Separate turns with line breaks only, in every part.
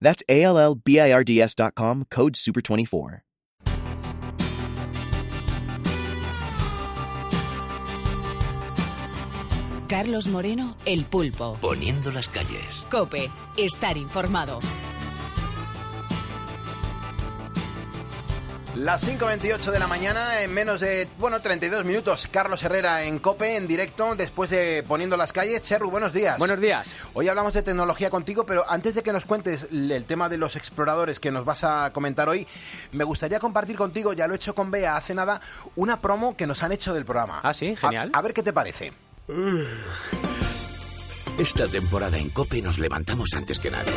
That's A L L B I R D S dot com, code SUPER24.
Carlos Moreno, El Pulpo.
Poniendo las calles.
Cope, estar informado.
Las 5.28 de la mañana, en menos de, bueno, 32 minutos, Carlos Herrera en COPE, en directo, después de Poniendo las Calles. Cherru, buenos días.
Buenos días.
Hoy hablamos de tecnología contigo, pero antes de que nos cuentes el tema de los exploradores que nos vas a comentar hoy, me gustaría compartir contigo, ya lo he hecho con Bea hace nada, una promo que nos han hecho del programa.
Ah, sí, genial.
A, a ver qué te parece.
Esta temporada en COPE nos levantamos antes que nadie.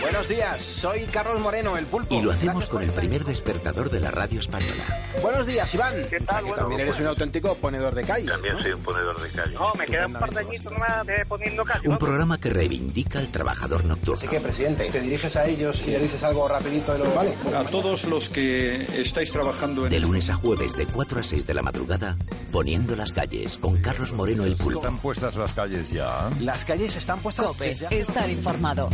Buenos días, soy Carlos Moreno, el pulpo.
Y lo hacemos
Gracias
con
por
el
estar
primer despertador de la radio española.
Buenos días, Iván.
¿Qué
O sea,
tal?
que
Bueno,
también eres un
buenas.
auténtico ponedor de calle.
También soy un ponedor de calle.
No, me queda un par de añitos más de poniendo calle.
Un
¿no?
programa que reivindica al trabajador
Así
nocturno.
que, presidente, te diriges a ellos y le dices algo rapidito de los vale.
A todos los que estáis trabajando
De
en
lunes a jueves de 4 a 6 de la madrugada, Poniendo las calles con Carlos Moreno el Pulpo.
Están puestas las calles ya.
Las calles están puestas
Cope,
desde hace-
estar informado.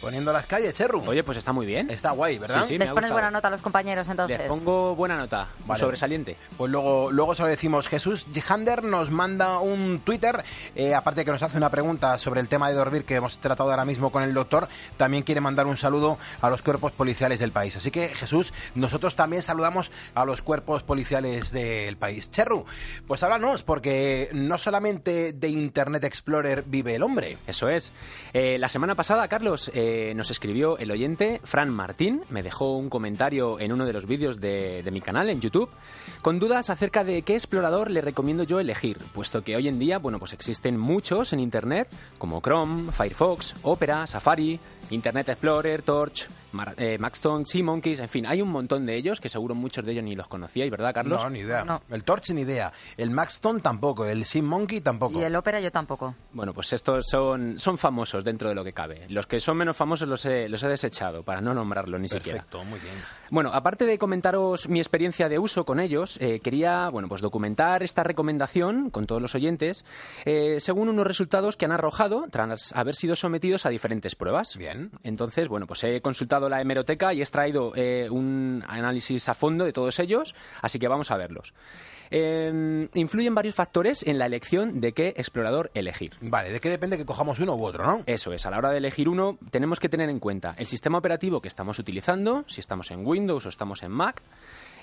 poniendo las calles, Cherru.
Oye, pues está muy bien.
Está guay, ¿verdad?
Sí, sí. me
Les
ha
pones
gustado.
buena nota a los compañeros
Les
entonces.
pongo buena nota, un
Vale.
sobresaliente.
Pues luego, luego se lo decimos. Jesús Jihander nos manda un Twitter, eh, aparte que nos hace una pregunta sobre el tema de dormir que hemos tratado ahora mismo con el doctor, también quiere mandar un saludo a los cuerpos policiales del país. Así que, Jesús, nosotros también saludamos a los cuerpos policiales del país. Cherru, pues háblanos, porque no solamente de Internet Explorer vive el hombre.
Eso es. Eh, la semana pasada, Carlos, eh, nos escribió el oyente Fran Martín, me dejó un comentario en uno de los vídeos de, de mi canal en YouTube, con dudas acerca de qué explorador le recomiendo yo elegir, puesto que hoy en día, bueno, pues existen muchos en Internet, como Chrome, Firefox, Opera, Safari, Internet Explorer, Torch, Mar- eh, Maxton, SeaMonkeys, en fin, hay un montón de ellos que seguro muchos de ellos ni los conocíais, ¿verdad, Carlos?
No, ni idea.
No.
El Torch ni idea. El Maxton tampoco. El Sim Monkey tampoco.
Y el ópera yo tampoco.
Bueno, pues estos son, son famosos dentro de lo que cabe. Los que son menos famosos los he, los he desechado, para no nombrarlos ni siquiera.
muy bien.
Bueno, aparte de comentaros mi experiencia de uso con ellos, eh, quería bueno, pues documentar esta recomendación con todos los oyentes eh, según unos resultados que han arrojado tras haber sido sometidos a diferentes pruebas.
Bien.
Entonces, bueno, pues he consultado la hemeroteca y he extraído eh, un análisis a fondo de todos ellos, así que vamos a verlos. Eh, influyen varios factores en la elección de qué explorador elegir.
Vale, ¿de qué depende que cojamos uno u otro, no?
Eso es, a la hora de elegir uno tenemos que tener en cuenta el sistema operativo que estamos utilizando, si estamos en Windows o estamos en Mac.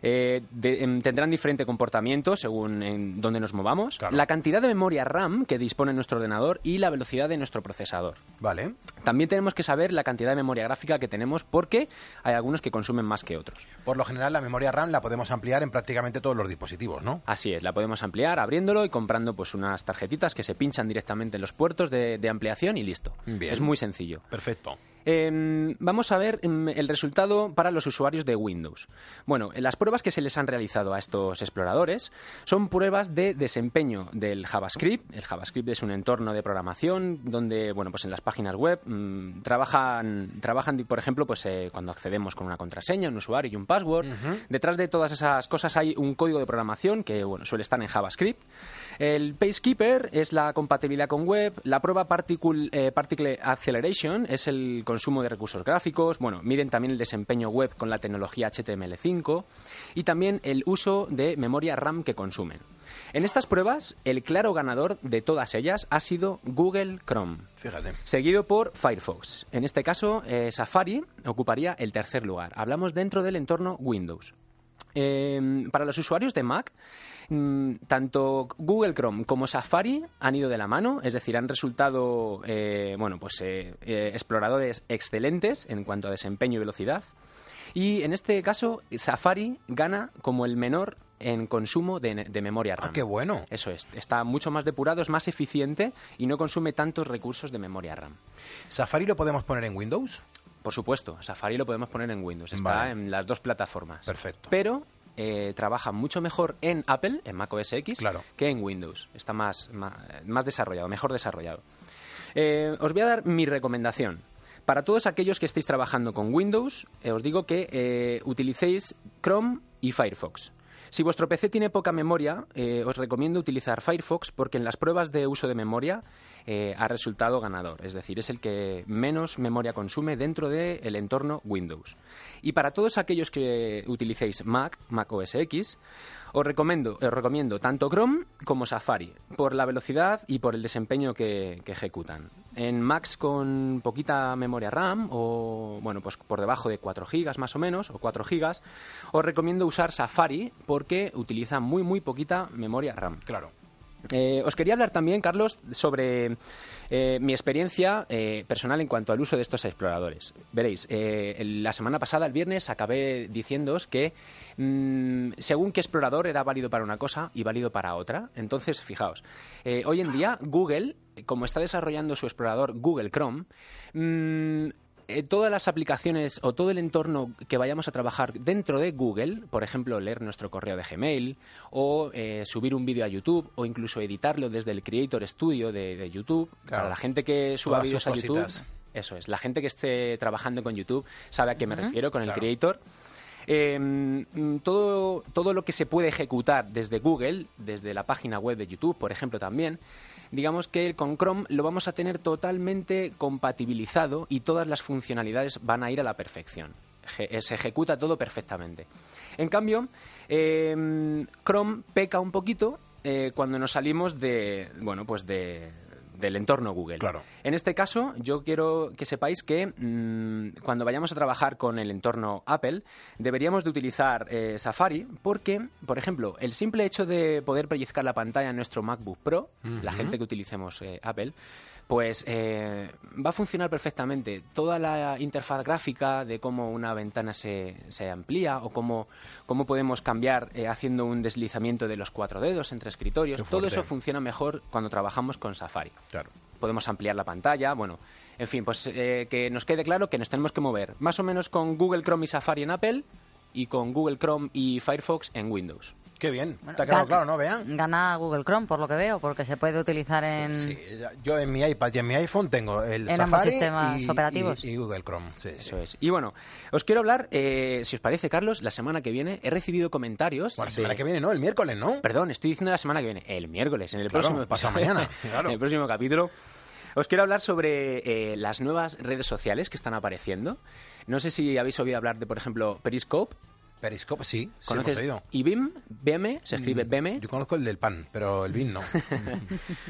eh, de- em, tendrán diferente comportamiento según en dónde nos movamos,
Claro.
la cantidad de memoria RAM que dispone nuestro ordenador y la velocidad de nuestro procesador.
Vale.
También tenemos que saber la cantidad de memoria gráfica que tenemos porque hay algunos que consumen más que otros.
Por lo general, la memoria RAM la podemos ampliar en prácticamente todos los dispositivos, ¿no?
Así es, la podemos ampliar abriéndolo y comprando pues unas tarjetitas que se pinchan directamente en los puertos de, de ampliación y listo.
Bien.
Es muy sencillo.
Perfecto.
Em, vamos a ver em, el resultado para los usuarios de Windows. Bueno, en las pruebas que se les han realizado a estos exploradores son pruebas de desempeño del JavaScript. El JavaScript es un entorno de programación donde, bueno, pues en las páginas web mm, trabajan, trabajan, por ejemplo, pues eh, cuando accedemos con una contraseña, un usuario y un password. Detrás de todas esas cosas hay un código de programación que, bueno, suele estar en JavaScript. El Pacekeeper es la compatibilidad con web. La prueba particle, eh, particle Acceleration es el consumo de recursos gráficos. Bueno, miden también el desempeño web con la tecnología HTML5 y también el uso de memoria RAM que consumen. En estas pruebas, el claro ganador de todas ellas ha sido Google Chrome,
Fíjate.
seguido por Firefox. En este caso, eh, Safari ocuparía el tercer lugar. Hablamos dentro del entorno Windows. Eh, para los usuarios de Mac, mm, tanto Google Chrome como Safari han ido de la mano, es decir, han resultado eh, bueno, pues, eh, eh, exploradores excelentes en cuanto a desempeño y velocidad. Y en este caso, Safari gana como el menor en consumo de, de memoria RAM.
Ah, qué bueno.
Eso es, está mucho más depurado, es más eficiente y no consume tantos recursos de memoria RAM.
¿Safari lo podemos poner en Windows?
Por supuesto, Safari lo podemos poner en Windows, está
Vale.
en las dos plataformas.
Perfecto.
Pero eh, trabaja mucho mejor en Apple, en Mac OS X,
Claro.
que en Windows. Está más, ma- más, desarrollado, mejor desarrollado. Eh, os voy a dar mi recomendación. Para todos aquellos que estéis trabajando con Windows, eh, os digo que eh, utilicéis Chrome y Firefox. Si vuestro PC tiene poca memoria, eh, os recomiendo utilizar Firefox porque en las pruebas de uso de memoria eh, ha resultado ganador. Es decir, es el que menos memoria consume dentro del entorno Windows. Y para todos aquellos que utilicéis Mac, Mac OS X, os recomiendo, os recomiendo tanto Chrome como Safari por la velocidad y por el desempeño que, que ejecutan. En Macs con poquita memoria RAM o bueno, pues por debajo de 4 GB más o menos o 4 GB, os recomiendo usar Safari porque utiliza muy muy poquita memoria RAM.
Claro.
Eh, os quería hablar también, Carlos, sobre eh, mi experiencia eh, personal en cuanto al uso de estos exploradores. Veréis, eh, el- la semana pasada, el viernes, acabé diciéndoos que mm, según qué explorador era válido para una cosa y válido para otra. Entonces, fijaos, eh, hoy en día Google, como está desarrollando su explorador Google Chrome, mm, eh, todas las aplicaciones o todo el entorno que vayamos a trabajar dentro de Google, por ejemplo, leer nuestro correo de Gmail o eh, subir un vídeo a YouTube o incluso editarlo desde el Creator Studio de, de YouTube,
Claro.
para la gente que suba
Todas
vídeos a
sus
YouTube,
cositas.
eso es, la gente que esté trabajando con YouTube sabe a qué me refiero con el
Claro.
Creator. Eh, mm, todo, todo lo que se puede ejecutar desde Google, desde la página web de YouTube, por ejemplo, también, digamos que con Chrome lo vamos a tener totalmente compatibilizado y todas las funcionalidades van a ir a la perfección. Je- eh, Se ejecuta todo perfectamente. En cambio, eh, mm, Chrome peca un poquito eh, cuando nos salimos de, bueno, pues de, del entorno Google.
Claro.
En este caso, yo quiero que sepáis que mm, cuando vayamos a trabajar con el entorno Apple, deberíamos de utilizar eh, Safari porque, por ejemplo, el simple hecho de poder pellizcar la pantalla en nuestro MacBook Pro, la gente que utilicemos eh, Apple, pues eh, va a funcionar perfectamente. Toda la interfaz gráfica de cómo una ventana se, se amplía o cómo, cómo podemos cambiar eh, haciendo un deslizamiento de los cuatro dedos entre escritorios,
Qué
todo
fuerte.
eso funciona mejor cuando trabajamos con Safari
Claro.
podemos ampliar la pantalla, bueno, en fin, pues eh, que nos quede claro que nos tenemos que mover más o menos con Google Chrome y Safari en Apple y con Google Chrome y Firefox en Windows.
Qué bien.
Bueno,
Te ha quedado
gana-
claro, ¿no? Vean.
Gana Google Chrome, por lo que veo, porque se puede utilizar en...
Sí, yo en mi iPad y en mi iPhone tengo el
En
Safari
ambos sistemas
y,
operativos.
y- y Google Chrome. Sí, sí.
Eso es. Y bueno, os quiero hablar, eh, si os parece, Carlos, la semana que viene he recibido comentarios.
Bueno, la
de-
semana que viene, ¿no? El miércoles, ¿no?
Perdón, estoy diciendo la semana que viene, el miércoles, en el
Claro,
próximo
pasa
episodio,
mañana, claro.
en el próximo capítulo. Os quiero hablar sobre eh, las nuevas redes sociales que están apareciendo. No sé si habéis oído hablar de, por ejemplo, Periscope.
Periscope, sí. sí hemos
¿Conoces? ¿Eh?
oído. Mm,
y BIM, BM, se escribe BM.
Yo conozco el del pan, pero el BIM no.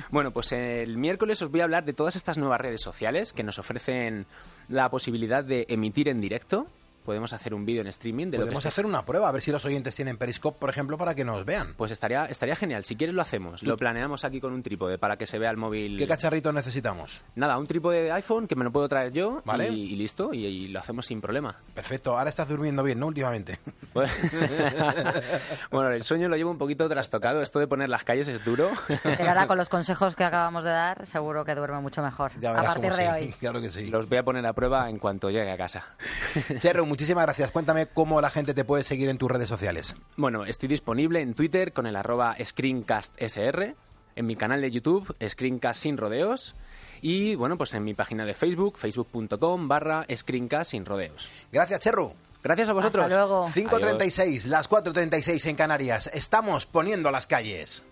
Bueno, pues el miércoles os voy a hablar de todas estas nuevas redes sociales que nos ofrecen la posibilidad de emitir en directo. Podemos hacer un vídeo en streaming de lo que
Podemos
esté-
hacer una prueba, a ver si los oyentes tienen Periscope, por ejemplo, para que nos vean.
Pues estaría, estaría genial. Si quieres lo hacemos. Lo planeamos aquí con un trípode para que se vea el móvil.
¿Qué cacharrito necesitamos?
Nada, un trípode de iPhone que me lo puedo traer yo
Vale.
y, y listo. Y, y lo hacemos sin problema.
Perfecto, ahora estás durmiendo bien, ¿no? Últimamente.
Bueno, bueno, el sueño lo llevo un poquito trastocado. Esto de poner las calles es duro.
Pero ahora con los consejos que acabamos de dar, seguro que duerme mucho mejor.
Ya
a
verás
partir
cómo
de
sí,
hoy.
Claro que sí.
Los voy a poner a prueba en cuanto llegue a casa.
Cherro, muchísimas gracias. Cuéntame cómo la gente te puede seguir en tus redes sociales.
Bueno, estoy disponible en Twitter con el arroba screencastsr, en mi canal de YouTube, Screencast Sin Rodeos, y bueno, pues en mi página de Facebook, facebook.com barra screencast sin rodeos.
Gracias, Cherro.
Gracias a vosotros.
Oh. Hasta luego.
5.36, las 4.36 en Canarias. Estamos poniendo las calles.